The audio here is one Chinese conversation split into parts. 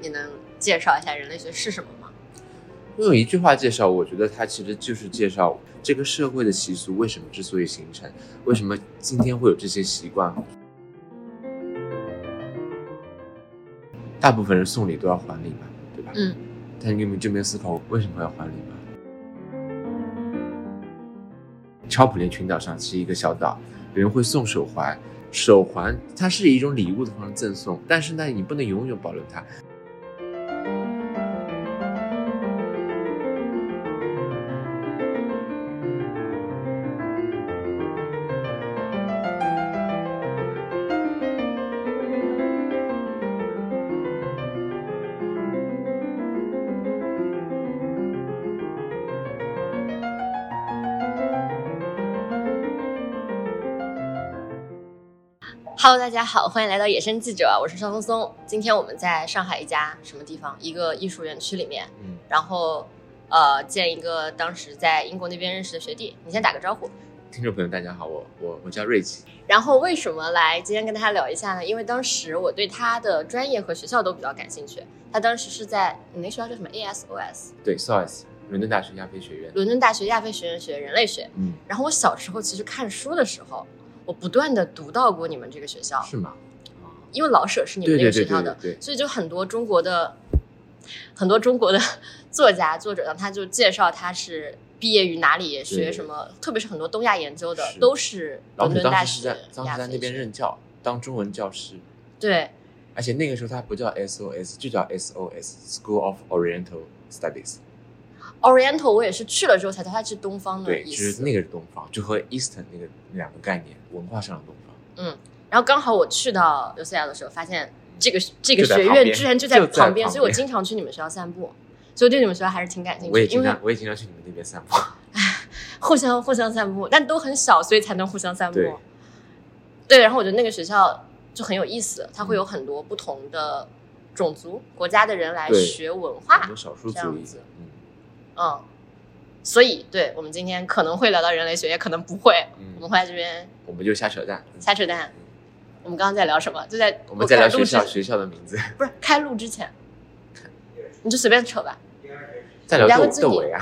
你能介绍一下人类学是什么吗？用一句话介绍，我觉得它其实就是介绍这个社会的习俗为什么之所以形成，为什么今天会有这些习惯。大部分人送礼都要还礼嘛，对吧？嗯。但你有没有正面思考为什么要还礼吗？超普林群岛上是一个小岛，有人会送手环，手环它是以一种礼物的方式赠送，但是呢，你不能永远保留它。 Hello，大家好，欢迎来到野生记者，我是邵松松。今天我们在上海一家什么地方？一个艺术园区里面，嗯，然后呃见一个当时在英国那边认识的学弟，你先打个招呼。听众朋友，大家好，我我我叫瑞奇，然后为什么来今天跟大家聊一下呢？因为当时我对他的专业和学校都比较感兴趣。他当时是在你那学校叫什么 ASOS，对 s o s 伦敦大学亚非学院。伦敦大学亚非学院学人类学。嗯，然后我小时候其实看书的时候，我不断的读到过你们这个学校，是吗？啊，因为老舍是你对们那对个对学校对的对，对，所以就很多中国的很多中国的 作家作者呢，他就介绍他是毕业于哪里，对学对什么，特别是很多东亚研究的是都是老伦鼠敦当大时是学在当时亚在非那边学任教，当中文教师，对。而且那个时候他不叫 SOS，就叫 SOS School of Oriental Studies。 Oriental，我也是去了之后才知道它是东方的对，嗯意就思。是那个东方，就和 Eastern 那个那两个概念，文化上的东方。然后刚好我去到 UCL 的时候，发现这个这个就在学旁院边居然就就在在旁边，旁边所以我经常去你们学校散步，所以我对你们学校还是挺感兴我趣也的，经因为常，我也经常去你们那边散步。互相互相散步，但都很小，所以才能互相散步。对对然后我觉得那个学校就很有意思，它会嗯有很多不同的种族、国家的人来对学文很化多，少数这族样裔子，嗯嗯。所以，对我们今天可能会聊到人类学，也可能不会。我们嗯，会在这边我们就瞎扯淡。嗯瞎扯淡。我们刚刚在聊什么？就在我们再聊开学录之校，学校的名字，不是开录之前，你就随便扯吧。再聊聊个窦自己窦唯啊。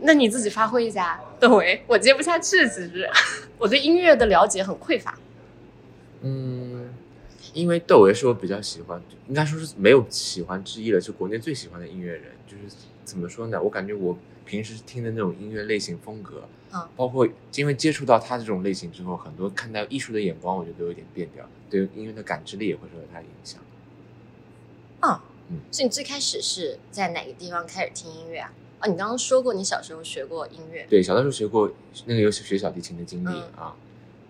那你自己发挥一下，窦唯，我接不下去。其实 我对音乐的了解很匮乏。嗯，因为窦唯是我比较喜欢，应该说是没有喜欢之一了，是国内最喜欢的音乐人。就是怎么说呢，我感觉我平时听的那种音乐类型风格，嗯，包括因为接触到他这种类型之后，很多看待艺术的眼光，我觉得都有点变掉，对音乐的感知力也会受到他的影响。嗯，嗯所以你最开始是在哪个地方开始听音乐啊？哦，你刚刚说过你小时候学过音乐，对，小的时候学过那个有学小提琴的经历、嗯啊。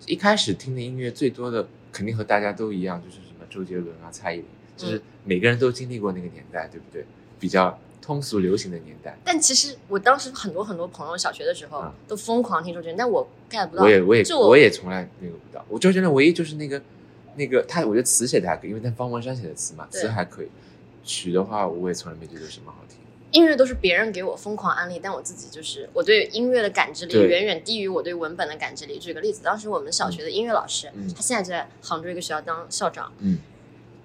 一开始听的音乐最多的，肯定和大家都一样，就是什么周杰伦啊、蔡依林，嗯就是每个人都经历过那个年代，对不对？比较通俗流行的年代。但其实我当时很多很多朋友小学的时候嗯都疯狂听周杰伦，但我 get 不到。我也我也就我也从来那个不到，我周杰伦唯一就是那个那个他，我觉得词写的还可以，因为他方文山写的词嘛，对词还可以。曲的话，我也从来没觉得有什么好听。音乐都是别人给我疯狂安利，但我自己就是我对音乐的感知力对远远低于我对文本的感知力。举个例子，当时我们小学的音乐老师，嗯他现在就在杭州一个学校当校长，嗯，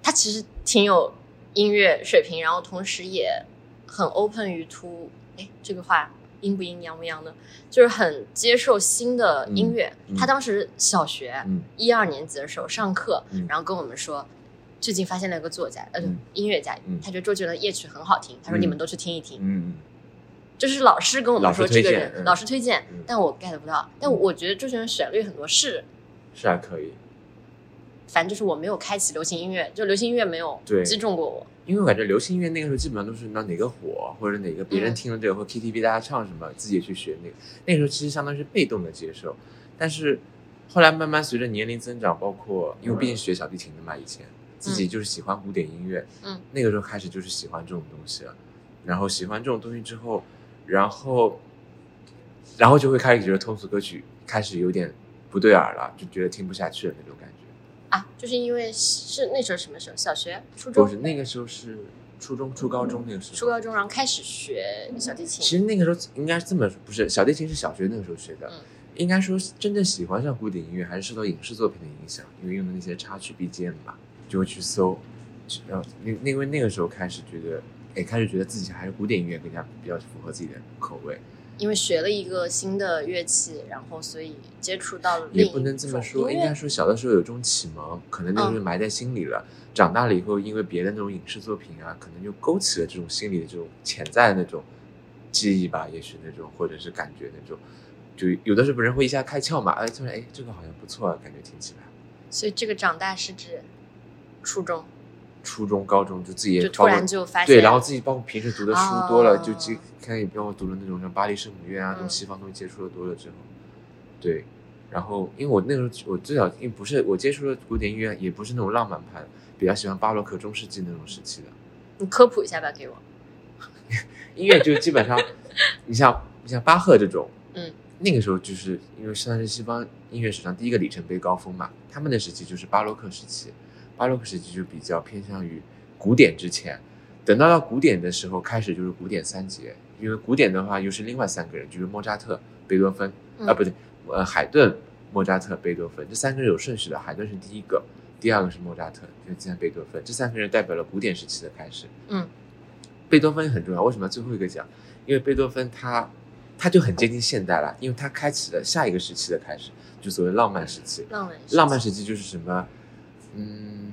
他其实挺有音乐水平，然后同时也很 open 于 to，哎，这个话阴不阴阳不阳的，就是很接受新的音乐。嗯嗯他当时小学嗯一二、年级的时候上课，嗯然后跟我们说。最近发现了一个作家，呃，嗯音乐家，嗯他觉得周杰伦的夜曲很好听，他说嗯你们都去听一听。嗯就是老师跟我们老师说这个推荐人，嗯老师推荐，嗯但我 get 不到。但我觉得周杰伦旋律很多是，嗯，是还可以。反正就是我没有开启流行音乐，就流行音乐没有对击中过我。因为我感觉流行音乐那个时候基本上都是那哪个火，或者哪个别嗯人听了这个，或 KTV 大家唱什么，自己去学那个。那个时候其实相当于是被动的接受，但是后来慢慢随着年龄增长，包括因为嗯毕竟是学小提琴的嘛，以前自己就是喜欢古典音乐，嗯，那个时候开始就是喜欢这种东西了。然后喜欢这种东西之后，然后然后就会开始觉得通俗歌曲开始有点不对耳了，就觉得听不下去了那种感觉。啊，就是因为是那时候什么时候？小学、初不中是、那个时候是初中、初高中那个时候，初高中，然后开始学小提其琴。实那个时候应该是这么说，不是小提琴是小学那个时候学的，嗯应该说是真正喜欢上古典音乐还是受到影视作品的影响，因为用的那些插曲 BGM 吧，就会去搜，然后那那因为那个时候开始觉得，哎，开始觉得自己还是古典音乐更加比较符合自己的口味，因为学了一个新的乐器，然后所以接触到了另也一不能这么种说，音应乐该说小的时候有种启蒙，可能嗯那个时候埋在心里了。长大了以后，因为别的那种影视作品啊，可能就勾起了这种心里的这种潜在的那种记忆吧，也许那种或者是感觉那种，就有的时候人会一下开窍嘛，哎，突然哎，这个好像不错啊，感觉听起来。所以这个长大是指初中，初中、高中就自己也就包突括然就发现，对，然后自己包括平时读的书多了，哦就这看也包括读了那种像巴黎圣母院啊，这种嗯西方东西接触的多了之后，对，然后因为我那个时候我最早因为不是我接触的古典音乐也不是那种浪漫派，比较喜欢巴洛克、中世纪那种时期的你科普一下吧，给我。音乐，就基本上你像你像巴赫这种，嗯，那个时候就是因为算是西方音乐史上第一个里程碑高峰嘛，他们的时期就是巴洛克时期，巴洛克时期就比较偏向于古典之前，等到到古典的时候开始就是古典三杰，因为古典的话又是另外三个人，就是莫扎特、贝多芬、嗯啊不对，呃海顿、莫扎特、贝多芬这三个人有顺序的，海顿是第一个，第二个是莫扎特，第三贝多芬，这三个人代表了古典时期的开始。嗯，贝多芬很重要，为什么要最后一个讲？因为贝多芬他他就很接近现代了，因为他开启了下一个时期的开始，就所谓浪漫时期。浪漫时期浪漫时期就是什么？嗯，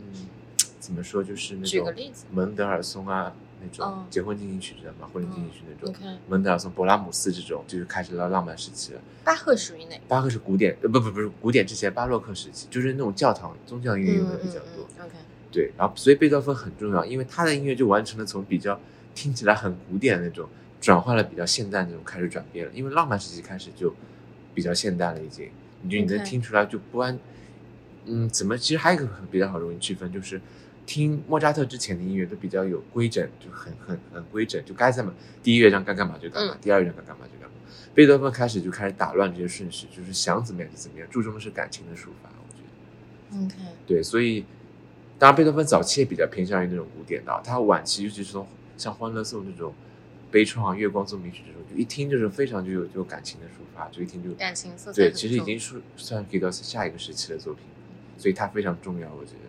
怎么说？就是那举个种例子蒙德尔松啊那种哦嗯结婚进行曲知道吗？婚礼进行曲那种。 ，OK，蒙德尔松、勃拉姆斯这种，就是开始了浪漫时期了。巴赫属于哪个？巴赫是古典，呃，不不不是古典之前巴洛克时期，就是那种教堂宗教音乐用的比较多。嗯嗯嗯 OK，对，然后所以贝多芬很重要，因为他的音乐就完成了从比较听起来很古典的那种，转换了比较现代那种开始转变了，因为浪漫时期开始就比较现代了已经，你就你能 OK 听出来就不安，嗯，怎么其实还有一个很比较好容易区分就是。听莫扎特之前的音乐都比较有规整，就很很很规整，就该干嘛第一乐章该干嘛就干嘛，嗯第二乐章该干嘛就干嘛。贝多芬开始就开始打乱这些顺序，就是想怎么样就怎么样，注重的是感情的抒发，我觉得。 OK，对，所以当然贝多芬早期也比较偏向于那种古典的啊，他晚期尤其是从像《欢乐颂》这种悲怆、啊、月光奏鸣曲这种，就一听就是非常就有就有感情的抒发，就一听就感情色彩对，很其实已重经是算给到下一个时期的作品，所以它非常重要，我觉得。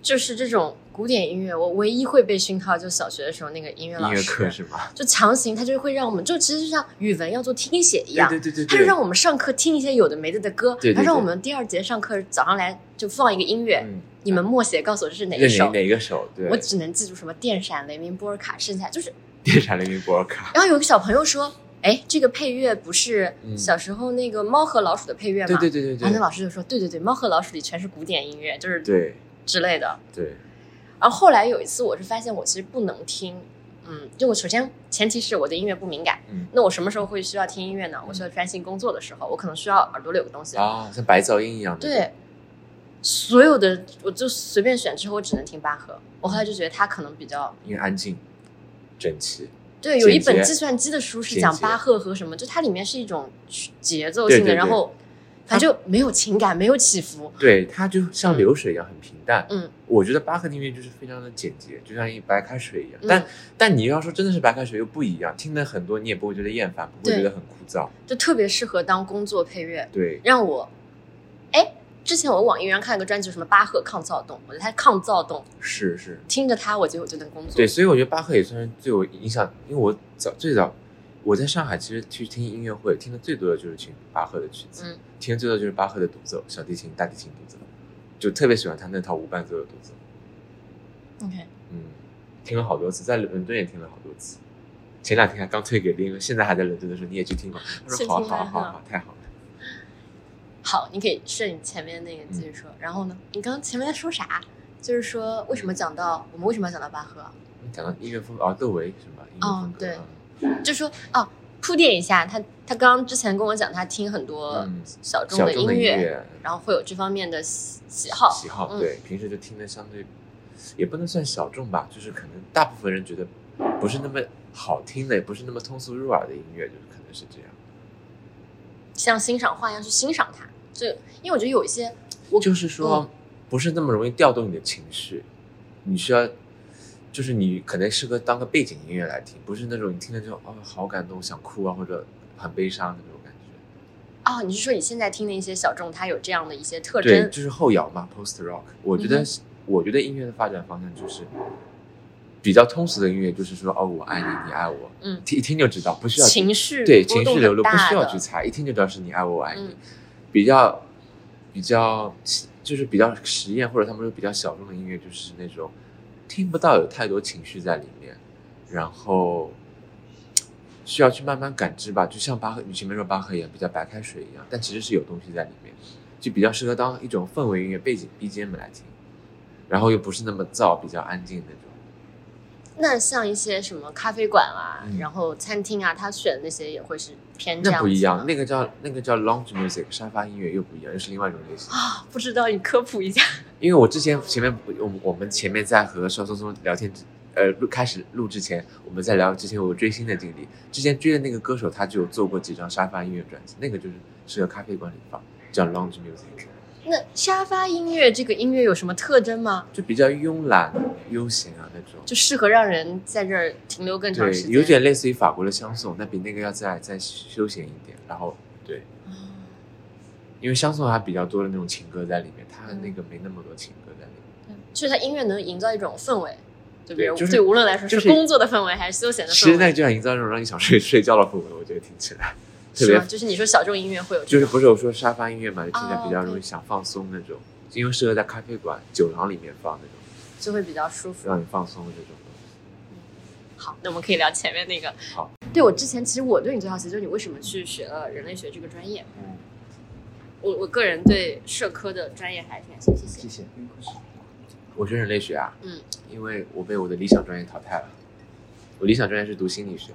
就是这种古典音乐，我唯一会被熏陶，就小学的时候那个音乐音老乐课师，是吗？就强行他就会让我们，就其实就像语文要做听写 一对样，对对对他就对，让我们上课听一些有的没的的歌，对对对他让我们第二节上课早上来就放一个音乐，嗯，你们默写告诉我这是哪一认哪首，哪个手？对我，只能记住什么电闪雷鸣波尔卡，剩下就是。电闪雷鸣波尔 卡。然后有个小朋友说：“哎，这个配乐不是嗯小时候那个猫和老鼠的配乐吗？”对对对然对后那对老师就说：“对对对，猫和老鼠里全是古典音乐，就是对之类的。对，”然后后来有一次，我是发现我其实不能听，嗯，就我首先前提是我对音乐不敏感。嗯那我什么时候会需要听音乐呢？我需要专心工作的时候，我可能需要耳朵里有个东西。啊，像白噪音一样的。对，所有的我就随便选之后，我只能听巴赫。我后来就觉得他可能比较因为安静、整齐。对，有一简洁本计算机的书是讲简洁巴赫和什么，就它里面是一种节奏性的，对对对然后反正就没有情感，没有起伏。对，它就像流水一样很平淡。嗯，我觉得巴赫的音乐就是非常的简洁，就像一白开水一样。嗯但但你要说真的是白开水又不一样，听了很多你也不会觉得厌烦，不会对觉得很枯燥。就特别适合当工作配乐，对，让我哎，之前我网易云上看了个专辑，什么巴赫抗躁动，我觉得他抗躁动，是是，听着他，我觉得我就能工作。对，所以我觉得巴赫也算是对我影响，因为我早最早我在上海其实去听音乐会听的最多的就是听巴赫的曲子，嗯听的最多就是巴赫的独奏，小提琴、大提琴独奏，就特别喜欢他那套无伴奏的独奏。 ，OK，嗯，听了好多次，在伦敦也听了好多次。前两天还刚推给另一个，现在还在伦敦的时候，你也去听吗？他说是好听好了好哈好，太好了。好，你可以顺你前面那个继续说。然后呢，你刚刚前面在说啥？就是说为什么讲到我们为什么要讲到巴赫啊？讲到音乐风格啊，窦唯是吧？音乐风嗯格。对就说哦，铺垫一下，他他刚刚之前跟我讲，他听很多嗯小众小的众音的音乐，乐然后会有这方面的喜喜好。喜好，嗯对，平时就听的相对也不能算小众吧，就是可能大部分人觉得不是那么好听的，也不是那么通俗入耳的音乐，就是可能是这样。像欣赏画一样去欣赏它，就因为我觉得有一些我就是嗯说不是那么容易调动你的情绪，你需要，就是你可能适合当个背景音乐来听，不是那种你听了之后哦好感动想哭啊或者很悲伤的那种感觉。啊、你是说你现在听的一些小众，它有这样的一些特对，征？嗯就是后摇嘛，post rock。我觉得我觉得音乐的发展方向就是比较通俗的音乐，就是说哦，我爱你，你爱我，嗯听一听就知道，不需要去情绪对波情动很绪流露，不大需要的去猜，一听就知道是你爱我，我爱你，嗯比较比较就是比较实验或者他们说比较小众的音乐，就是那种听不到有太多情绪在里面，然后需要去慢慢感知吧，就像巴赫，你前面说巴赫一样，比较白开水一样，但其实是有东西在里面，就比较适合当一种氛围音乐背景 BGM 来听，然后又不是那么燥，比较安静那种。那像一些什么咖啡馆啊，嗯然后餐厅啊，他选的那些也会是偏这那样不一子样，吗那个叫那个叫 lounge music 沙发音乐又不一样，又是另外一种类型。啊，不知道你科普一下。因为我之前前面我们我们前面在和邵松松聊天之，呃，录开始录之前，我们在聊之前我追星的经历。之前追的那个歌手，他就有做过几张沙发音乐专辑，那个就是适合咖啡馆里放，叫 lounge music， 那沙发音乐这个音乐有什么特征吗？就比较慵懒、悠闲啊那种。就适合让人在这儿停留更长时对，间。有点类似于法国的相送，但比那个要再再休闲一点。然后对，嗯。因为相送还比较多的那种情歌在里面，他那个没那么多情歌在里面。就是它音乐能营造一种氛围，对别人对就是对无论来说就是是工作的氛围还是休闲的氛时围，代就想营造那种让你想睡睡觉的氛围，我觉得听起来是特别吗？就是你说小众音乐会有就这是种，不是有说沙发音乐嘛，就听起来哦比较容易想放松那种，因为适合在咖啡馆、酒廊里面放那种，就会比较舒服。让你放松的这种东西。好，那我们可以聊前面那个。好，对我之前其实我对你最好奇就是你为什么去学了人类学这个专业？嗯，我我个人对社科的专业还挺感兴趣的。谢。我学人类学啊，嗯，因为我被我的理想专业淘汰了。我理想专业是读心理学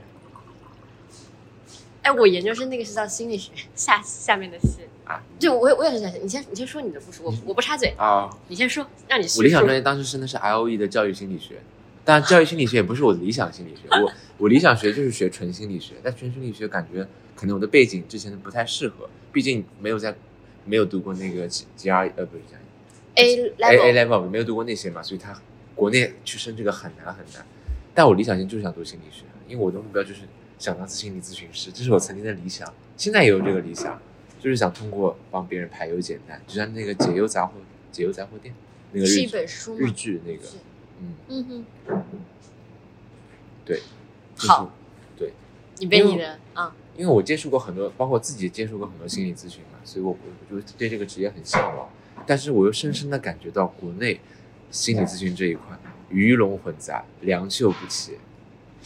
哎，我研究生那个是叫心理学，下下面的系。啊对，我也我也很想，你先你先说你的不是，我我不插嘴，啊，你先说，让你叙述我理想专业当时申的是 I O E 的教育心理学，但教育心理学也不是我的理想心理学， 我我理想学就是学纯心理学，但纯心理学感觉可能我的背景之前的不太适合，毕竟没有在没有读过那个 G G R 呃不是 G R A A A level， level 没有读过那些嘛，所以他国内去升这个很难很难。但我理想型就是想读心理学，因为我的目标就是想当心理咨询师，这是我曾经的理想，现在也有这个理想，就是想通过帮别人排忧解难，就像那个解忧杂货解忧杂货店那个日是一剧本书日吗？剧那个，是嗯，嗯哼。对，就是好，你被因为你的啊、因为我接触过很多，包括自己接触过很多心理咨询嘛，所以我我就对这个职业很向往，但是我又深深的感觉到国内心理咨询这一块鱼龙混杂，良莠不齐。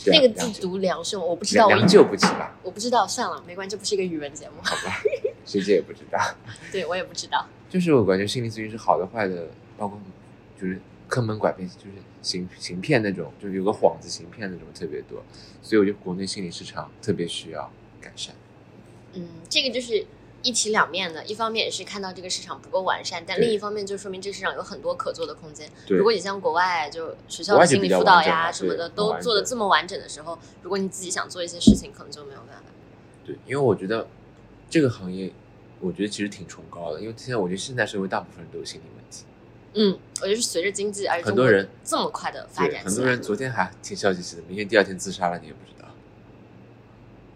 对啊那个良字莠读梁是吗？我不知道，良我良莠不齐吧？我不知道，算了，没关系，这不是一个语文节目， 好吧，学姐也不知道。对我也不知道。就是我感觉心理咨询是好的坏的，包括就是坑蒙拐骗，就是行行骗那种，就是有个幌子行骗那种特别多，所以我觉得国内心理市场特别需要改善。嗯，这个就是一体两面的，一方面也是看到这个市场不够完善，但对另一方面就说明这个市场有很多可做的空间。对如果你像国外就学校的国外就心理比较辅导完整呀了什么的对都很做的完整这么完整的时候，如果你自己想做一些事情，可能就没有办法。对，因为我觉得这个行业，我觉得其实挺崇高的，因为现在我觉得现代社会大部分人都有心理问题，嗯，我觉得是随着经济，而且很多人这么快的发对，展啊很起来，多人昨天还挺笑嘻嘻的，明天第二天自杀了，你也不知道。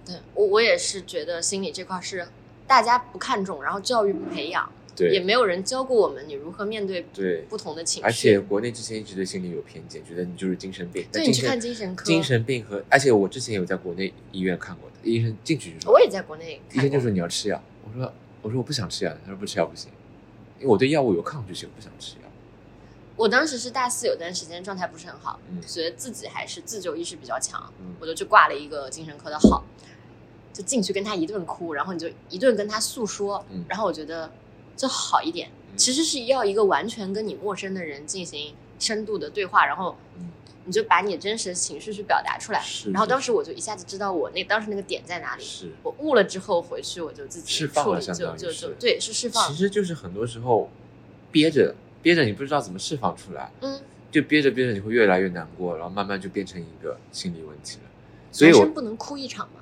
对我我也是觉得心理这块是大家不看重，然后教育不培养，也对没有人教过我们你如何面对对，不同的情绪。而且国内之前一直对心理有偏见，觉得你就是精神病。但对，你精去神看精神科，精神病和，而且我之前有在国内医院看过的，医生进去就说，我也在国内医看生就过。说你要吃药，我说我说我不想吃药，他说不吃药不行，因为我对药物有抗拒性，我不想吃药。我当时是大四有段时间状态不是很好，嗯觉得自己还是自救意识比较强，嗯我就去挂了一个精神科的号，就进去跟他一顿哭，然后你就一顿跟他诉说，嗯然后我觉得就好一点。嗯其实是要一个完全跟你陌生的人进行深度的对话，然后嗯，你就把你真实的情绪去表达出来。是。然后当时时我就一下子知道我那当时那个点在哪里，是，我悟了之后回去我就自己释放处了理，相就当于就是就对，是释其放。实就是很多时候憋着憋着，你不知道怎么释放出来，嗯，就憋着憋着，你会越来越难过，然后慢慢就变成一个心理问题了。所以男我生不能哭一场嘛。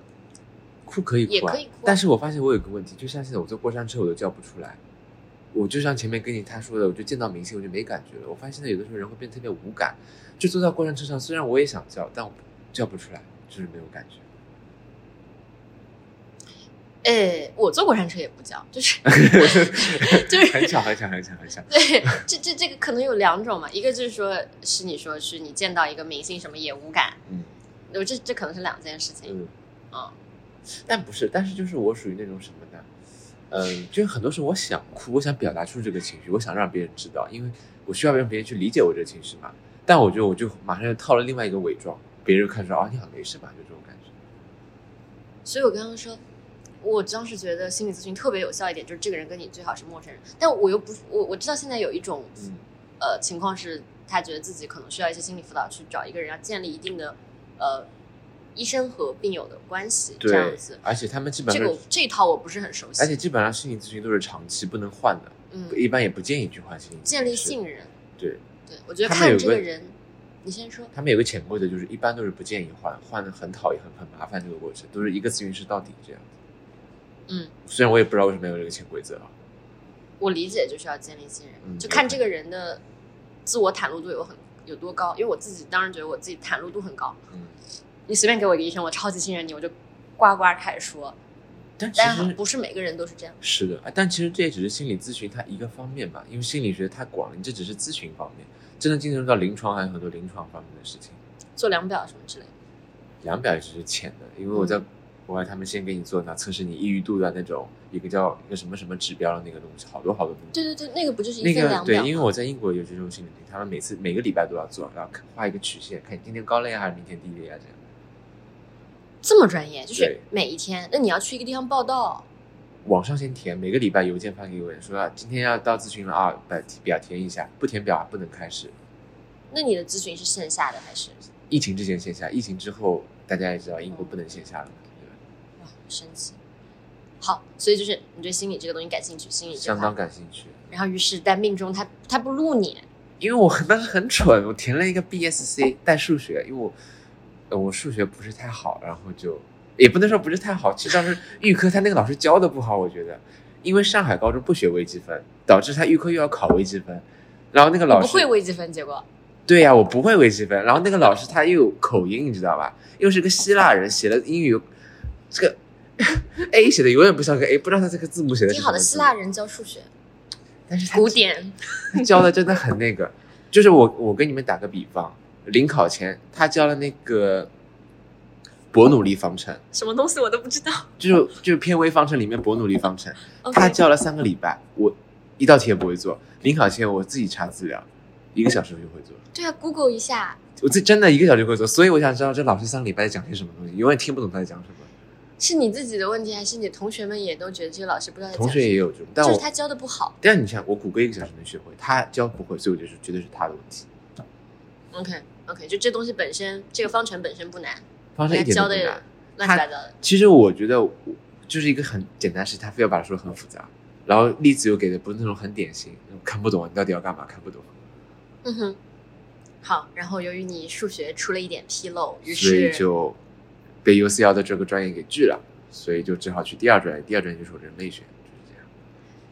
哭可以也哭,、啊可以哭啊但是我发现我有个问题，就像现在我坐过山车我都叫不出来，我就像前面跟你他说的，我就见到明星我就没感觉了。我发现现在有的时候人会变得特别无感，就坐到过山车上，虽然我也想叫，但我叫不出来，就是没有感觉。哎，我我坐过山车也不叫，就是 就是很巧，很巧，很巧，很巧。 对，这这这个可能有两种嘛，一个就是说是你说是你见到一个明星什么也无感，嗯，我这这可能是两件事情，嗯嗯，但不是，但是就是我属于那种什么呢？嗯，就是很多时候我想哭，我想表达出这个情绪，我想让别人知道，因为我需要让别人去理解我这个情绪嘛。但我觉得我就马上就套了另外一个伪装，别人就看出来啊，你好像没事吧，就这种感觉。所以我刚刚说。我当时觉得心理咨询特别有效一点，就是这个人跟你最好是陌生人，但我又不是我我知道现在有一种嗯呃情况是，他觉得自己可能需要一些心理辅导，去找一个人要建立一定的呃医生和病友的关系这样对子。，而且他们基本这上个，这一套我不是很熟悉，而且基本上心理咨询都是长期不能换的，嗯，一般也不建议去换心理咨询师。建立信任，对对我觉得他们有看这个个人，你先说，他们有个潜规则，就是一般都是不建议换，换的很讨厌，很很麻烦这个过程，都是一个咨询师到底这样。嗯，虽然我也不知道为什么有这个潜规则啊。我理解就是要建立信任，嗯就有看可这个人的自我袒露度有很有多高，因为我自己当然觉得我自己袒露度很高，嗯，你随便给我一个医生，我超级信任你，我就呱呱开始说，但其但实不是每个人都是这样，是的，啊但其实这也只是心理咨询它一个方面嘛，因为心理学它广，这只是咨询方面，真正进入到临床还有很多临床方面的事情。做量表什么之类的。量表也只是浅的，因为我在国外，他们先给你做那测试你抑郁度的那种一个叫一个什么什么指标的那个东西，好多好多东西。对对对，那个不就是一那份个量对表，吗？因为我在英国有这种心理病，他们每次每个礼拜都要做，然后看画一个曲线，看你今天高类啊还是明天低类啊这样。这么专业，就是对每一天。那你要去一个地方报道，网上先填，每个礼拜邮件发给我，说、啊、今天要到咨询了啊，把表填一下，不填表啊不能开始。那你的咨询是线下的还是？疫情之前线下，疫情之后大家也知道英国不能线下了嘛，对吧？哇，很神奇。好，所以就是你对心理这个东西感兴趣，心理这相当块。感兴趣，然后于是，在命中他他不录你，因为我很当时很蠢，我填了一个 BSC 带数学，因为我呃我数学不是太好，然后就也不能说不是太好，其实当时预科他那个老师教的不好，我觉得，因为上海高中不学微积分，导致他预科又要考微积分，然后那个你老不师会微积分，结果对呀、我不会微积分。然后那个老师他又有口音，你知道吧？又是个希腊人，写的英语，这个 A 写的永远不像个 A，不知道他这个字母写的是挺好的。希什么字腊人教数学，但是他古典，他 教的真的很那个。就是我，我跟你们打个比方，临考前他教了那个伯努利方程，什么东西我都不知道。就是就是偏微方程里面伯努利方程，他 OK，教了三个礼拜，我一道题也不会做。临考前我自己查资料，一个小时我就会做。对啊，Google 一下，我自己真的一个小时就会做，所以我想知道这老师上个礼拜在讲些什么东西，永远听不懂他在讲什么。是你自己的问题，还是你同学们也都觉得这个老师不知道在讲同什学也么？有这种，但就我是他教的不好。但你想，我谷歌一个小时能学会，他教不会，所以我就是觉得是他的问题。 OK OK，就这东西本身，这个方程本身不难，方程一点都教不的难。乱七八糟的。其实我觉得我就是一个很简单的事，他非要把它说得很复杂，然后例子又给的不是那种很典型，那种看不懂你到底要干嘛，看不懂。嗯哼，好。然后由于你数学出了一点纰漏，于所以是就被 UCL 的这个专业给拒了，所以就只好去第二专业，第二专业就是我人类学，就是这样。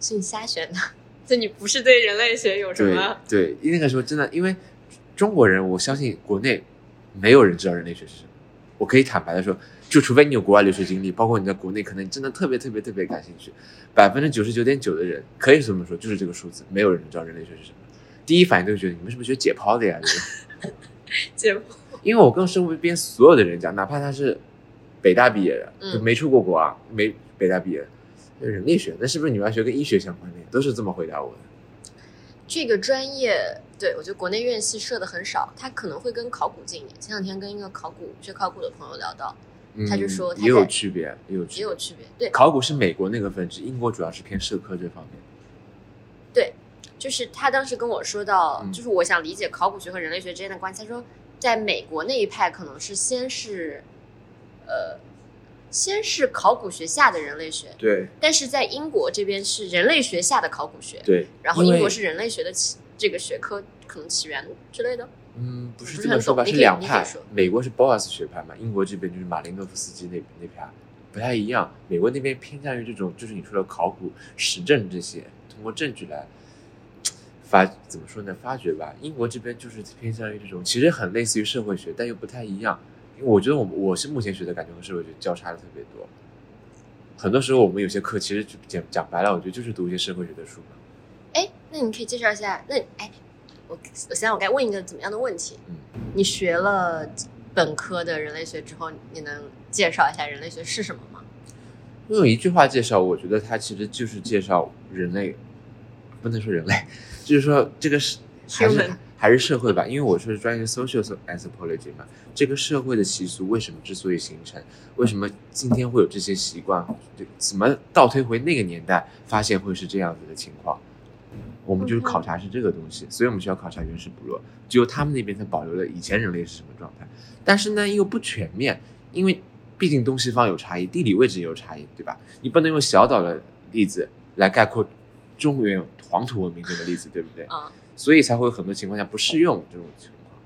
是你瞎选的，就你不是对人类学有什对么？对，因为那个时候真的，因为中国人，我相信国内没有人知道人类学是什么。我可以坦白的说，就除非你有国外留学经历，包括你在国内，可能真的特别特别特别感兴趣。百分之九十九点九的人可以这么说，就是这个数字，没有人知道人类学是什么。第一反应都是觉得你们是不是学解剖的呀？这结种果 因为我跟身边所有的人讲，哪怕他是北大毕业的，嗯就没出过国啊，没北大毕业的，人类学那是不是你们要学跟医学相关的呀？都是这么回答我的。这个专业，对我觉得国内院系设的很少，它可能会跟考古近一点。前两天跟一个考古学考古的朋友聊到，嗯他就说他也有在区别，也有区别也有区别。对，考古是美国那个分支，英国主要是偏社科这方面。就是他当时跟我说到，嗯就是我想理解考古学和人类学之间的关系。他说，在美国那一派可能是先是，呃，先是考古学下的人类学，对但是在英国这边是人类学下的考古学，对，然后因为英国是人类学的起这个学科可能起源之类的。嗯，不不是是这么很说吧，懂是你可以两你可以派说，美国是 Boas 学派嘛，英国这边就是马林诺夫斯基那那派，不太一样。美国那边偏向于这种，就是你说的考古实证这些，通过证据来发怎么说呢？发掘吧。英国这边就是偏向于这种，其实很类似于社会学，但又不太一样。因为我觉得我我是目前学的感觉和社会学交叉的特别多。很多时候我们有些课其实就讲讲白了，我觉得就是读一些社会学的书嘛。哎，那你可以介绍一下，那哎，我我想想，我该问一个怎么样的问题？嗯，你学了本科的人类学之后，你能介绍一下人类学是什么吗？我有一句话介绍，我觉得它其实就是介绍人类，不能说人类，就是说这个是还是 Human 还是社会吧，因为我是专业 social anthropology 嘛，这个社会的习俗为什么之所以形成，为什么今天会有这些习惯，对怎么倒推回那个年代，发现会是这样子的情况。我们就是 OK 考察是这个东西，所以我们需要考察原始部落，只有他们那边才保留了以前人类是什么状态，但是呢又不全面，因为毕竟东西方有差异，地理位置也有差异，对吧？你不能用小岛的例子来概括中原黄土文明这个例子，对不对？啊、所以才会有很多情况下不适用这种情况。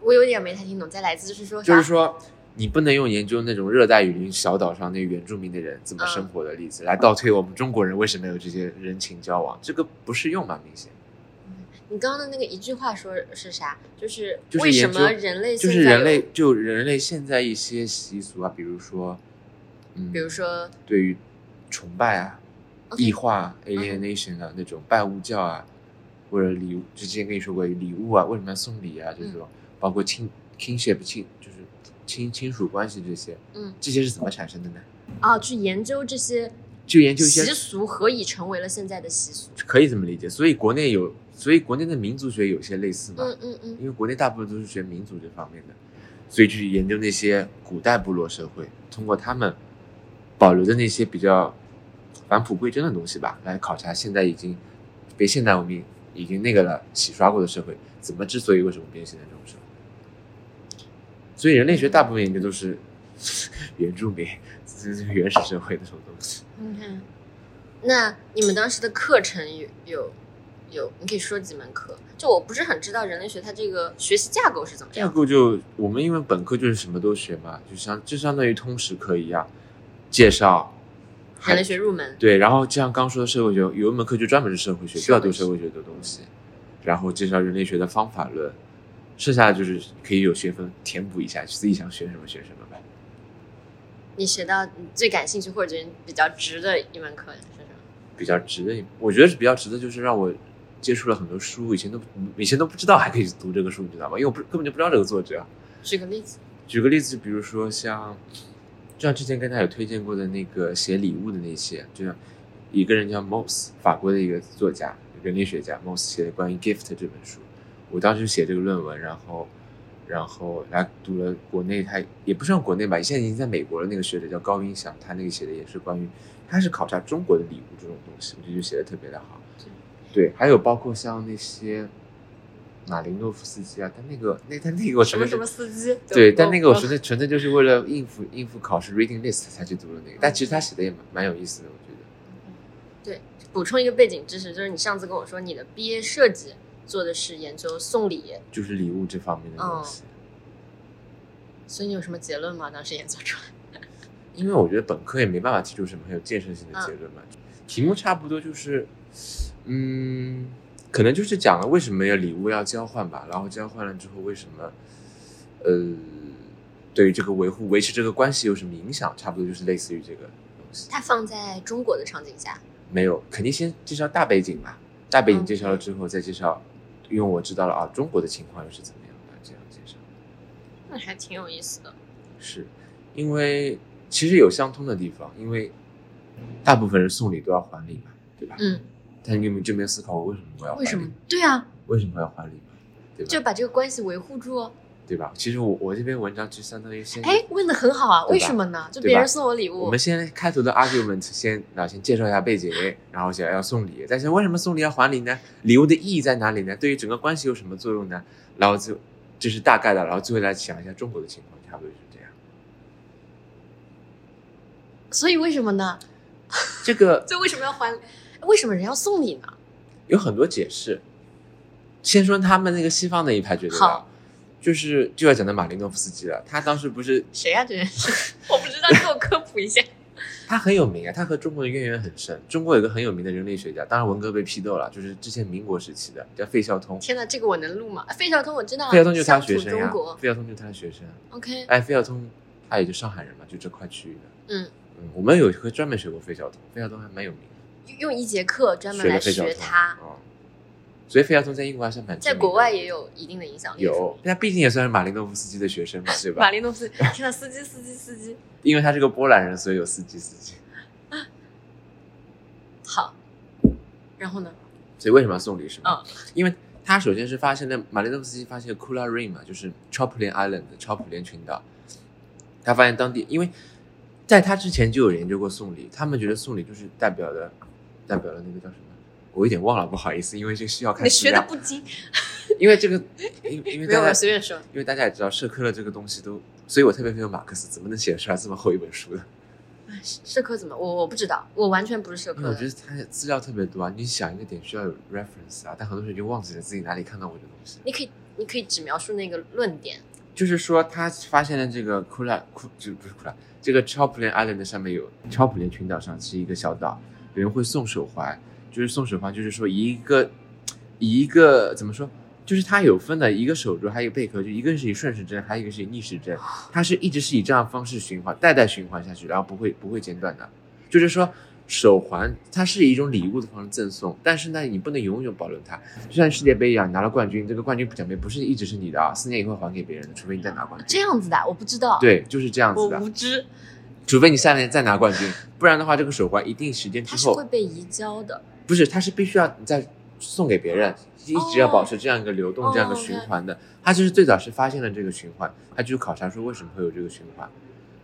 我有点没太听懂，再来一次就是说啥，就是说，你不能用研究那种热带雨林小岛上那原住民的人怎么嗯生活的例子、来倒推我们中国人为什么有这些人情交往，这个不适用嘛？明显你刚刚的那个一句话说是啥？就是就是为什研究么人类就现在是人类有，就人类现在一些习俗啊，比如说，嗯，比如说对于崇拜啊、 OK 嗯异化啊、alienation 啊那种拜物教啊，或者礼物，之前跟你说过礼物啊，为什么要送礼啊这嗯种，包括亲 kinship 亲就是亲亲属关系这些，嗯这些是怎么产生的呢？啊，去研究这些就研究一些习俗何以成为了现在的习俗？可以这么理解，所以国内有，所以国内的民族学有些类似嘛，嗯嗯嗯，因为国内大部分都是学民族这方面的，所以去研究那些古代部落社会，通过他们保留的那些比较返璞归真的东西吧，来考察现在已经被现代文明已经那个了洗刷过的社会，怎么之所以为什么变现在这种社会？所以人类学大部分研究都是 原住民、这这 原始社会这种东西。 OK，那你们当时的课程有有有，你可以说几门课？就我不是很知道人类学它这个学习架构是怎么架样。构就我们因为本科就是什么都学嘛，就相就相当于通识课一样，介绍还人类学入门，对，然后就像刚说的社会学，有一门课就专门是社会社学，会学就要读社会学的东西，然后介绍人类学的方法论，剩下的就是可以有学分填补一下，自己想学什么学什么呗。你学到你最感兴趣或者觉得比较值的一门课是什么？比较值的一，我觉得是比较值的，就是让我接触了很多书，以前都以前都不知道还可以读这个书，你知道吗？因为我不根本就不知道这个作者。啊举个例子，举个例子，比如说像，就像之前跟他有推荐过的那个写礼物的那些，就像一个人叫 Moss，法国的一个作家、人类学家 Moss 写的关于 gift 这本书，我当时写这个论文，然后然后来读了国内他也不算国内吧，现在已经在美国了。那个学者叫高云翔，他那个写的也是关于，他是考察中国的礼物这种东西，我觉得就写的特别的好。对，还有包括像那些马林诺夫斯基啊，但那个那他那个我什纯么粹什么嗯司机？对，但那个我我纯粹纯粹就是为了应付应付考试 reading list 才去读的那个，但其实他写的也蛮蛮有意思的，我觉得。对，补充一个背景知识，就是你上次跟我说你的毕业设计做的是研究送礼，就是礼物这方面的嗯东西，所以你有什么结论吗？当时研究出来？因为我觉得本科也没办法提出什么很有建设性的嗯结论嘛，题目差不多就是，嗯，可能就是讲了为什么要礼物要交换吧，然后交换了之后为什么，呃，对于这个维护维持这个关系有什么影响，差不多就是类似于这个东西。它放在中国的场景下，没有，肯定先介绍大背景嘛，大背景嗯介绍了之后，再介绍，因为我知道了啊，中国的情况又是怎么样的，这样介绍，那还挺有意思的。是因为其实有相通的地方，因为大部分人送礼都要还礼嘛，对吧？嗯，但你有没有就没有思考过为什么我要还为礼？什么？对啊，为什么要还礼嘛？对就吧？把这个关系维护住哦。对吧？其实我我这篇文章就相当于先，哎，问的很好啊，嗯对吧为什么呢？就对吧别人送我礼我物们，先开头的 argument 先啊，先介绍一下背景，然后想要送礼，但是为什么送礼要还礼呢？礼物的意义在哪里呢？对于整个关系有什么作用呢？然后就这是大概的，然后最后来想一下中国的情况，差不多就是这样。所以为什么呢？这个就为什么要还？为什么人要送礼呢？有很多解释。先说他们那个西方那一派觉得吧好，就是就要讲到马林诺夫斯基了，他当时不是谁呀、这 人是？我不知 道，你给我科普一下。他很有名啊，他和中国的渊源很深。中国有个很有名的人类学家，当然文革被批斗了，就是之前民国时期的叫费孝通。天哪，这个我能录吗？费孝通我知道啊，费孝通就是他学乡生土呀中国。费孝通就是他的学生。 OK，哎，费孝通他也就上海人嘛，就这块区域的。嗯嗯，我们有会专门学过费孝通，费孝通还蛮有名的，用一节课专门学来了费孝学通。它，嗯，所以费孝通在英国还是蛮知在名的国外也有一定的影响力。有，他毕竟也算是马林诺夫斯基的学生嘛，对马 吧？林诺夫斯基，天呐，司机司机司机，因为他是个波兰人，所以有司机司机。好，然后呢？所以为什么要送礼是吗？嗯因为他首先是发现了马林诺夫斯基发现了 Kula Ring 嘛，就是 Choplin Island 超普林群岛，他发现当地，因为在他之前就有研究过送礼，他们觉得送礼就是代表的代表了那个叫什么？我有点忘了，不好意思，因为这需要看你 资学的料，不精，因为这个，因为因为没有，大我家随便说。因为大家也知道社科的这个东西都，所以我特别佩服马克思，怎么能写出来这么厚一本书呢？哎社科怎么？我我不知道，我完全不是社因为科我觉的。得他资料特别多啊，你想一个点需要有 reference 啊，但很多时候你就忘记了自己哪里看到过这个东西了。你可以，你可以只描述那个论点。就是说他发现了这个库拉库，就不是库拉，这个 Choplin Island 上面有 Choplin 群岛上是一个小岛，有人会送手环，就是送手环，就是说一个以一个怎么说，就是它有分的，一个手镯，还有一个贝壳，就一个是以顺时针，还有一个是以逆时针，它是一直是以这样的方式循环，代代循环下去，然后不会不会间断的，就是说。手环它是以一种礼物的方式赠送，但是呢，你不能永远保留它。就像世界杯一样，你拿了冠军，这个冠军奖杯不是一直是你的啊，四年以后还给别人的，除非你再拿冠军。这样子的，我不知道。，对，就是这样我子的无，知。除非你下年再拿冠军，不然的话，这个手环一定时间它之是会后，被移交的。不是，它是必须要你再送给别人，一直要哦保持这样一个流动、哦这样一个循环的。他就是最早是发现了这个循环，他就考察说为什么会有这个循环，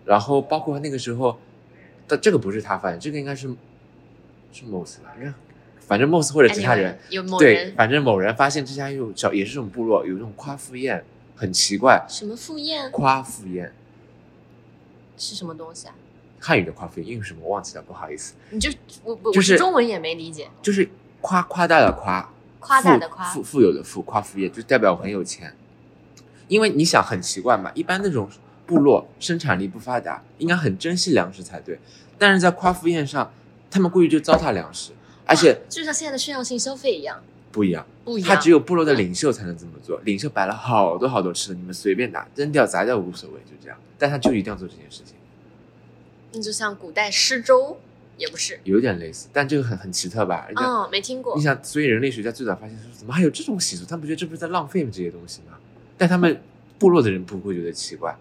然后包括那个时候，但这个不是他发现，这个应该是是 Moss 吧，应该反正 Moss 或者其他人 Anyway，有某对，人反正某人发现这家有小也是这种部落，有这种夸父宴，很奇怪。什么赴宴夸父宴，是什么东西啊？汉语的夸父宴，英语什么我忘记了，不好意思，你就我我、就我是中文也没理解。就是夸夸大的夸，夸大的夸富富富有的富，夸父宴就代表我很有钱。因为你想很奇怪嘛，一般那种部落生产力不发达，应该很珍惜粮食才对，但是在夸父宴上，他们故意就糟蹋粮食，而且啊就像现在的炫耀性消费一样，不一样。不一样。他只有部落的领袖才能这么做，领袖摆了好多好多吃的，你们随便拿，扔掉砸掉无所谓，就这样。但他就一定要做这件事情，那就像古代施粥也不是，有点类似，但这个很很奇特吧？人家、嗯，没听过你。想，所以人类学家最早发现说，怎么还有这种习俗？他们不觉得这不是在浪费这些东西吗？但他们部落的人不会觉得奇怪，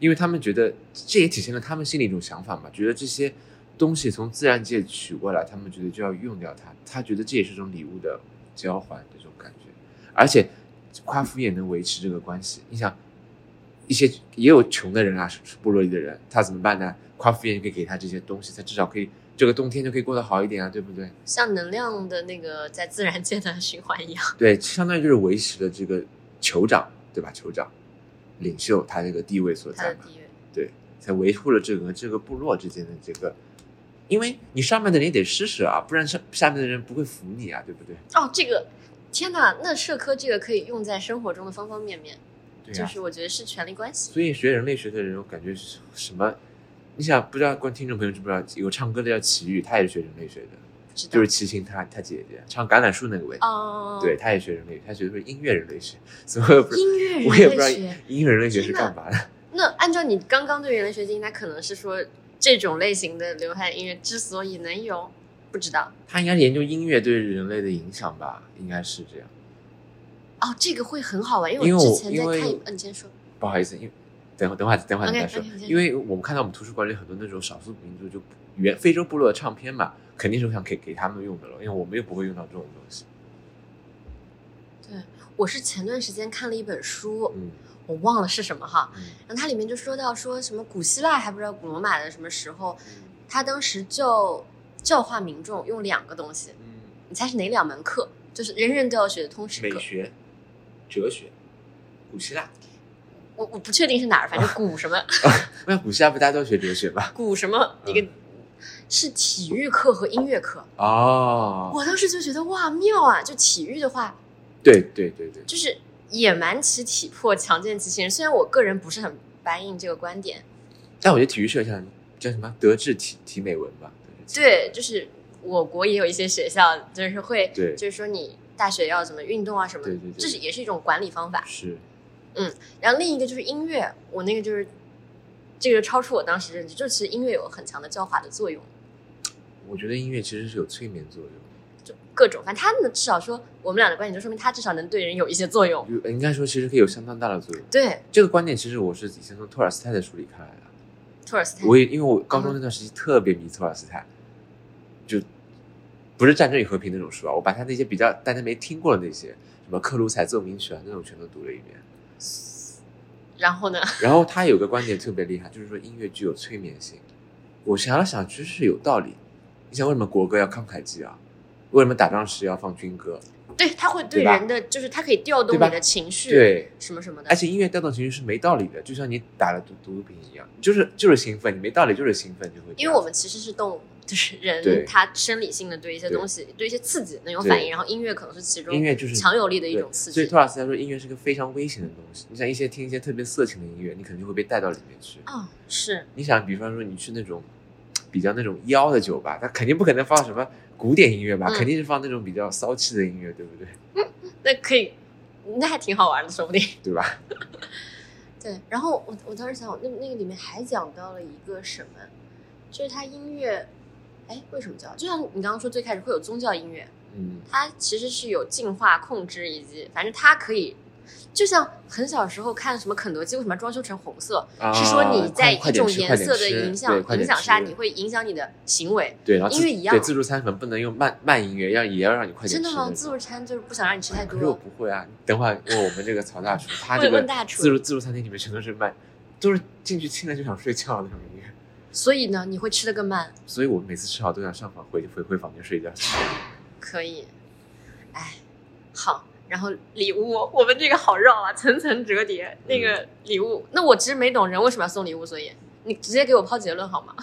因为他们觉得这也体现了他们心里一种想法嘛，觉得这些东西从自然界取过来，他们觉得就要用掉它，他觉得这也是一种礼物的交换这种感觉，而且夸父也能维持这个关系。你想，一些也有穷的人啊，是是部落里的人，他怎么办呢？夸父也可以给他这些东西，他至少可以这个冬天就可以过得好一点啊，对不对？像能量的那个在自然界的循环一 样，对，相当于就是维持了这个酋长，对吧？酋长，领袖他这个地位所它在的嘛，地位。对，才维护了这个这个部落之间的这个，因为你上面的人也得施舍啊，不然上下面的人不会服你啊，对不对？哦，这个天哪，那社科这个可以用在生活中的方方面面，对就啊，是我觉得是权力关系。所以学人类学的人，我感觉是什么？你想不知道，观听众朋友知不知道，有唱歌的叫齐豫，他也是学人类学的，不知道就是齐秦他他姐姐唱《橄榄树》那个位，哦，对，，他也学人类，他学的是音乐人类学，所以我也不知音乐我也人不知道类学。音乐人类学是天哪干嘛的。那按照你刚刚对人类学定义，那可能是说这种类型的流派音乐之所以能有，不知道他应该是研究音乐对人类的影响吧，应该是这样。哦，这个会很好玩，因因为我之我前因在为看一，嗯，你先说，不好意思，因为等会等会等会你 OK，再说 OK，你先因为我们看到我们图书馆里很多那种少数民族就原非洲部落的唱片嘛，肯定是想给给他们用的了，因为我们又不会用到这种东西。我是前段时间看了一本书，嗯我忘了是什么哈，嗯然后它里面就说到说什么古希腊还不知道古罗马的什么时嗯候，他当时就教化民众用两个东西，嗯，你猜是哪两门课？就是人人都要学的通识美课。学、哲学、古希腊，我我不确定是哪儿，反正古什么那古希腊不大家都学哲学吧？古什么嗯一个、是体育课和音乐课。哦，我当时就觉得哇妙啊！就体育的话，对对对对，就是野蛮其体魄，强健其心人。虽然我个人不是很白应这个观点，但我觉得体育社像叫什么德智体体美文吧？德智体美对，文就是我国也有一些学校，就是会，对就是说你大学要怎么运动啊什么的，对对对这是也是一种管理方法。是然后另一个就是音乐，我那个就是这个超出我当时认知，就其实音乐有很强的教化的作用，我觉得音乐其实是有催眠作用的。就各种，反正他能至少说我们俩的观点，就说明他至少能对人有一些作用。有呃应该说其实可以有相当大的作用。对，这个观点其实我是以前从托尔斯泰的书里看来的。托尔斯泰，我也因为我高中那段时期特别迷托尔斯泰，就不是《战争与和平》那种书啊，我把他那些比较大家没听过的那些，什么《克鲁采奏鸣曲》啊那种全都读了一遍。然后呢？ 然后他有个观点特别厉害，就是说音乐具有催眠性。我想了想，其实是有道理。你想为什么国歌要慷慨激昂、为什么打仗时要放军歌？对，他会对对吧人的，就是他可以调动对吧你的情绪，，对，什么什么的而。且音乐调动情绪是没道理的，就像你打了毒毒品一样，就是就是兴奋，你没道理就是兴奋就会这样。因为我们其实是动物，就是人对他生理性的对一些对东西、对一些刺激能有对反应，然后音乐可能是其中音乐就是强有力的一对种刺所以激。托尔斯泰说，音乐是个非常危险的东西。你想一些听一些特别色情的音乐，你肯定会被带到里面去。嗯、是你想，比方说你去那种比较那种妖的酒吧，他肯定不可能放什么古典音乐吧，嗯肯定是放那种比较骚气的音乐，对不对？那可以，那还挺好玩的，说 不定。对吧？对，然后我我当时想，那那个里面还讲到了一个什么，就是他音乐，哎，为什么叫？就像你刚刚说，最开始会有宗教音乐，嗯，它其实是有净化、控制以及，反正它可以，就像很小时候看什么肯德基为什么装修成红色，啊是说你在一快种快点吃颜色的快点吃影对响快影点响下，吃你会影响你的行为。对，然后音自乐一样对自助餐粉不能用慢慢音乐，要也要让你快点真吃的那种。吗？自助餐就是不想让你吃太可是我多，不会啊，等会儿问我们这个曹大厨，他这问个问大厨自助自助餐厅里面全都是慢，都是进去听了就想睡觉的那种音乐。所以呢，你会吃的更慢。所以我每次吃好都想上房回回回房间睡觉去。可以，哎，好。然后礼物，我们这个好绕啊，层层折叠。那个嗯礼物，那我其实没懂人为什么要送礼物，所以你直接给我抛结论好吗？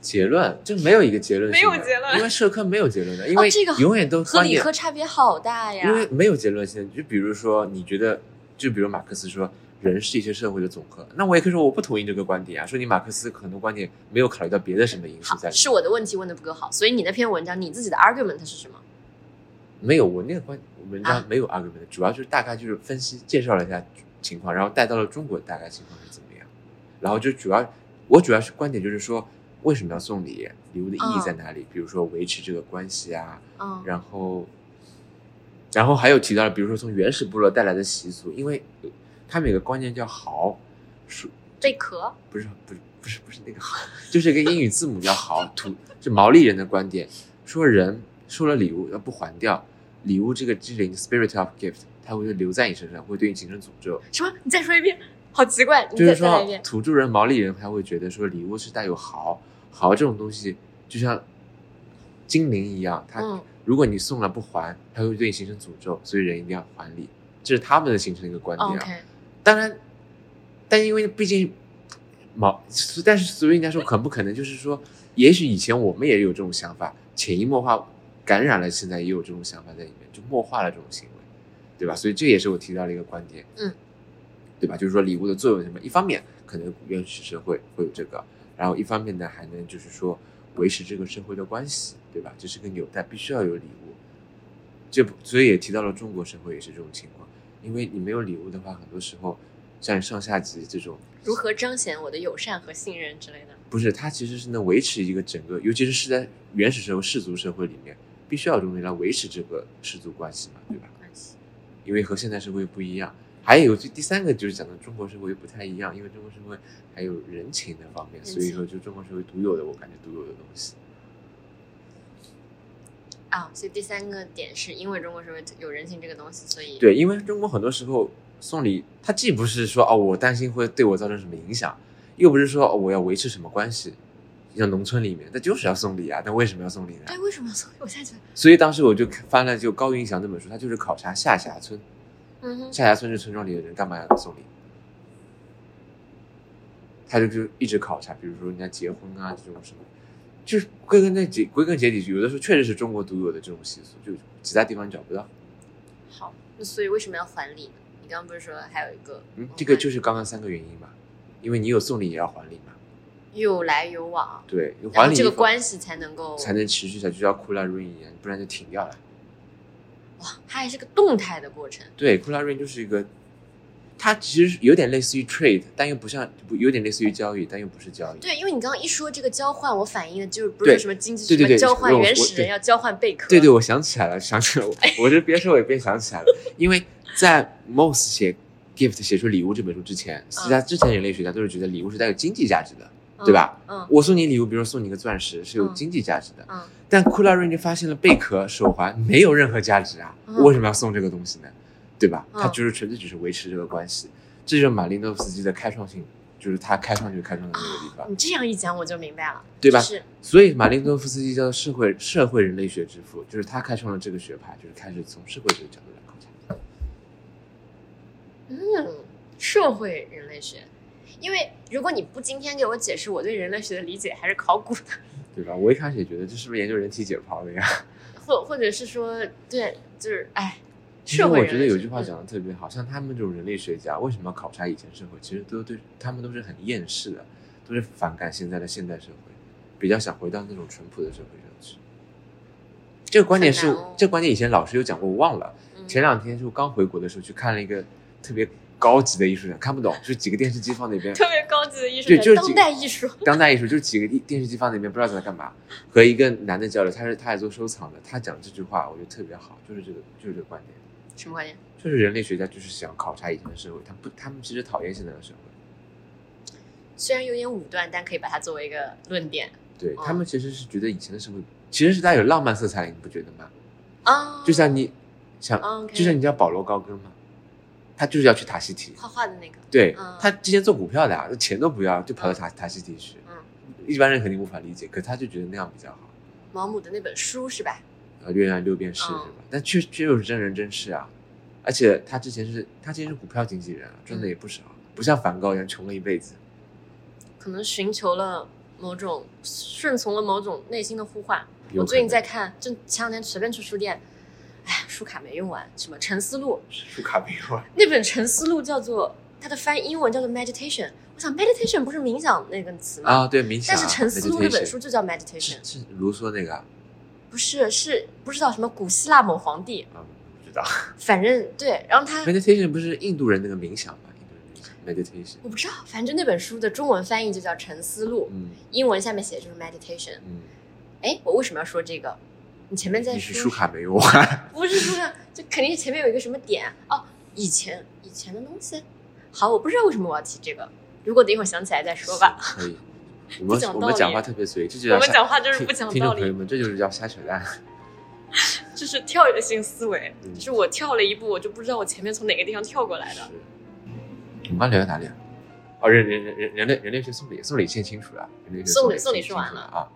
结论就没有一个结论性的，没有结论因为社科没有结论的，因为哦这个永远都和观理啊念，科差别好大呀因。为没有结论性的。就比如说，你觉得，就比如马克思说人是一些社会的总和，那我也可以说我不同意这个观点啊，说你马克思很多观点没有考虑到别的什么因素好在，里是面，我的问题问的不够好，所以你那篇文章你自己的 argument 是什么？没有我那个观文啊章没有 argument，、主要就是大概就是分析介绍了一下情况，然后带到了中国大概情况是怎么样，然后就主要我主要是观点就是说为什么要送礼，礼物的意义在哪里，比如说维持这个关系啊，嗯，然后，然后还有提到了，比如说从原始部落带来的习俗，因为呃他们有个观念叫“豪”，属贝壳，不是不是不是不是那个“豪”，就是一个英语字母叫“豪”，土是毛利人的观点，说人收了礼物要不还掉，礼物这个之灵 （spirit of gift） 它会留在你身上，会对你形成诅咒。什么？你再说一遍，好奇怪，你就再是再来说一遍，。土著人、毛利人他会觉得说，礼物是带有豪豪这种东西，就像精灵一样，它嗯，如果你送了不还，它会对你形成诅咒，所以人一定要还礼，这是他们的形成一个观点。啊。哦 OK，当然，但因为毕竟毛，但是所以人家说可不可能，就是说，也许以前我们也有这种想法，潜移默化感染了，现在也有这种想法在里面，就默化了这种行为，对吧？所以这也是我提到的一个观点，嗯，对吧？就是说礼物的作用是什么，一方面可能原始社会会有这个，然后一方面呢还能就是说维持这个社会的关系，对吧？这是个纽带，必须要有礼物。这不所以也提到了中国社会也是这种情况，因为你没有礼物的话，很多时候像上下级这种，如何彰显我的友善和信任之类的？不是它其实是能维持一个整个，尤其是是在原始社会氏族社会里面，必须要有这种东西来维持这个氏族关系嘛，对吧？关系因为和现代社会不一样。还有就第三个就是讲的中国社会不太一样，因为中国社会还有人情那方面，人情所以说就中国社会独有的，我感觉独有的东西。啊，所以第三个点是因为中国社会有人情这个东西，所以对，因为中国很多时候送礼，它既不是说哦我担心会对我造成什么影响，又不是说、哦、我要维持什么关系。像农村里面，那就是要送礼啊，那为什么要送礼呢？对，为什么要送？我现在觉得，所以当时我就看翻了就高云翔那本书，他就是考察下辖村，嗯哼，下辖村是村庄里的人干嘛要送礼？他就就一直考察，比如说人家结婚啊这种什么，就是归根结底，归根结底，有的时候确实是中国独有的这种习俗，就其他地方找不到。好，那所以为什么要还礼呢？你刚刚不是说还有一个，嗯，这个就是刚刚三个原因嘛，因为你有送礼也要还礼嘛，有来有往，对，有然还后礼这个一方关系才能够才能持续下去，就像库拉瑞一样，不然就停掉了。哇，它还是个动态的过程。对，库拉瑞就是一个它其实有点类似于 trade，但又不像，不有点类似于交易，但又不是交易。对，因为你刚刚一说这个交换，我反应的就是不对是什么经济对什对么对交换我原我始对人要交换贝壳，对对，我想起来了，想起来了，我我这边说我也边想起来了，因为在 Moss 写《Gift》写出《礼物》这本书之前，其他之前人类学家都是觉得礼物是带有经济价值的。嗯对吧？嗯我送你礼物，比如说送你一个钻石，是有经济价值的。嗯，但库拉瑞就发现了贝壳、手环没有任何价值啊，嗯我为什么要送这个东西呢？对吧？嗯他就是纯粹只是维持这个关系，这就是马林诺夫斯基的开创性，就是他开创就开创的那个地方，嗯你这样一讲我就明白了，对吧就？是所以马林诺夫斯基叫社会社会人类学之父，就是他开创了这个学派，就是开始从社会这个角度来考察。嗯，社会人类学，因为如果你不今天给我解释，我对人类学的理解还是考古的，对吧？我一开始也觉得这是不是研究人体解剖的呀？或或者是说，对，就是哎，其实社会我人觉得类有学句话嗯讲的特别好，像他们这种人类学家，为什么要考察以前社会？其实都对他们都是很厌世的，都是反感现在的现代社会，比较想回到那种淳朴的社会上去。这个观点是，很难哦这个观点以前老师有讲过，我忘了。嗯前两天就刚回国的时候去看了一个特别高级的艺术展，看不懂，就几个电视机放那边，特别高级的艺术对家，就是几当代艺术，当代艺术就是几个电视机放那边，不知道在干嘛。和一个男的交流，他是他也做收藏的，他讲这句话我觉得特别好，就是这个就是这个观点。什么观念？就是人类学家就是想考察以前的社会，他不，他们其实讨厌现在的社会，虽然有点武断，但可以把它作为一个论点对、哦他们其实是觉得以前的社会其实是带有浪漫色彩的，你不觉得吗？啊，就像你想，哦 OK 就像你知道保罗高更吗？他就是要去塔希提，画画的那个，对、嗯他之前做股票的、啊，钱都不要，就跑到塔、塔希提去，嗯一般人肯定无法理解，可他就觉得那样比较好。毛姆的那本书是吧？呃，月亮六便嗯士是吧？但确确又是真人真事啊，而且他之前是他之前是股票经纪人啊，赚的嗯也不少，不像梵高一样穷了一辈子。可能寻求了某种顺从了某种内心的呼唤。有我最近可能在看，就前两天随便去书店，哎，书卡没用完，什么《沉思录》书卡没有啊。那本《沉思录》叫做它的翻译英文叫做 meditation。我想 meditation 不是冥想那个词吗？啊，对，冥想但啊。是《沉思录》那 meditation 本书就叫 meditation，是是卢梭那个啊，不是是不知道什么古希腊某皇帝，啊不知道。反正对，然后他 meditation 不是印度人那个冥想吗？印度人冥想 meditation。我不知道，反正那本书的中文翻译就叫《沉思录》，嗯英文下面写的就是 meditation。嗯，哎，我为什么要说这个？你前面在你是书说卡没有啊？不是不是，就肯定是前面有一个什么点哦，以前以前的东西。好，我不知道为什么我要提这个，如果等一会儿想起来再说吧。啊可以。我不们讲我道们理讲话特别随意，这就我叫们瞎讲话就是听不讲听道众朋友理，们，这就是叫瞎扯淡。就是跳跃性思维，嗯就是我跳了一步，我就不知道我前面从哪个地方跳过来是的。。我们刚聊到哪里啊？哦，人人人人人类人类学送礼送礼献清楚了，人类学送礼礼送礼献说完清楚了啊。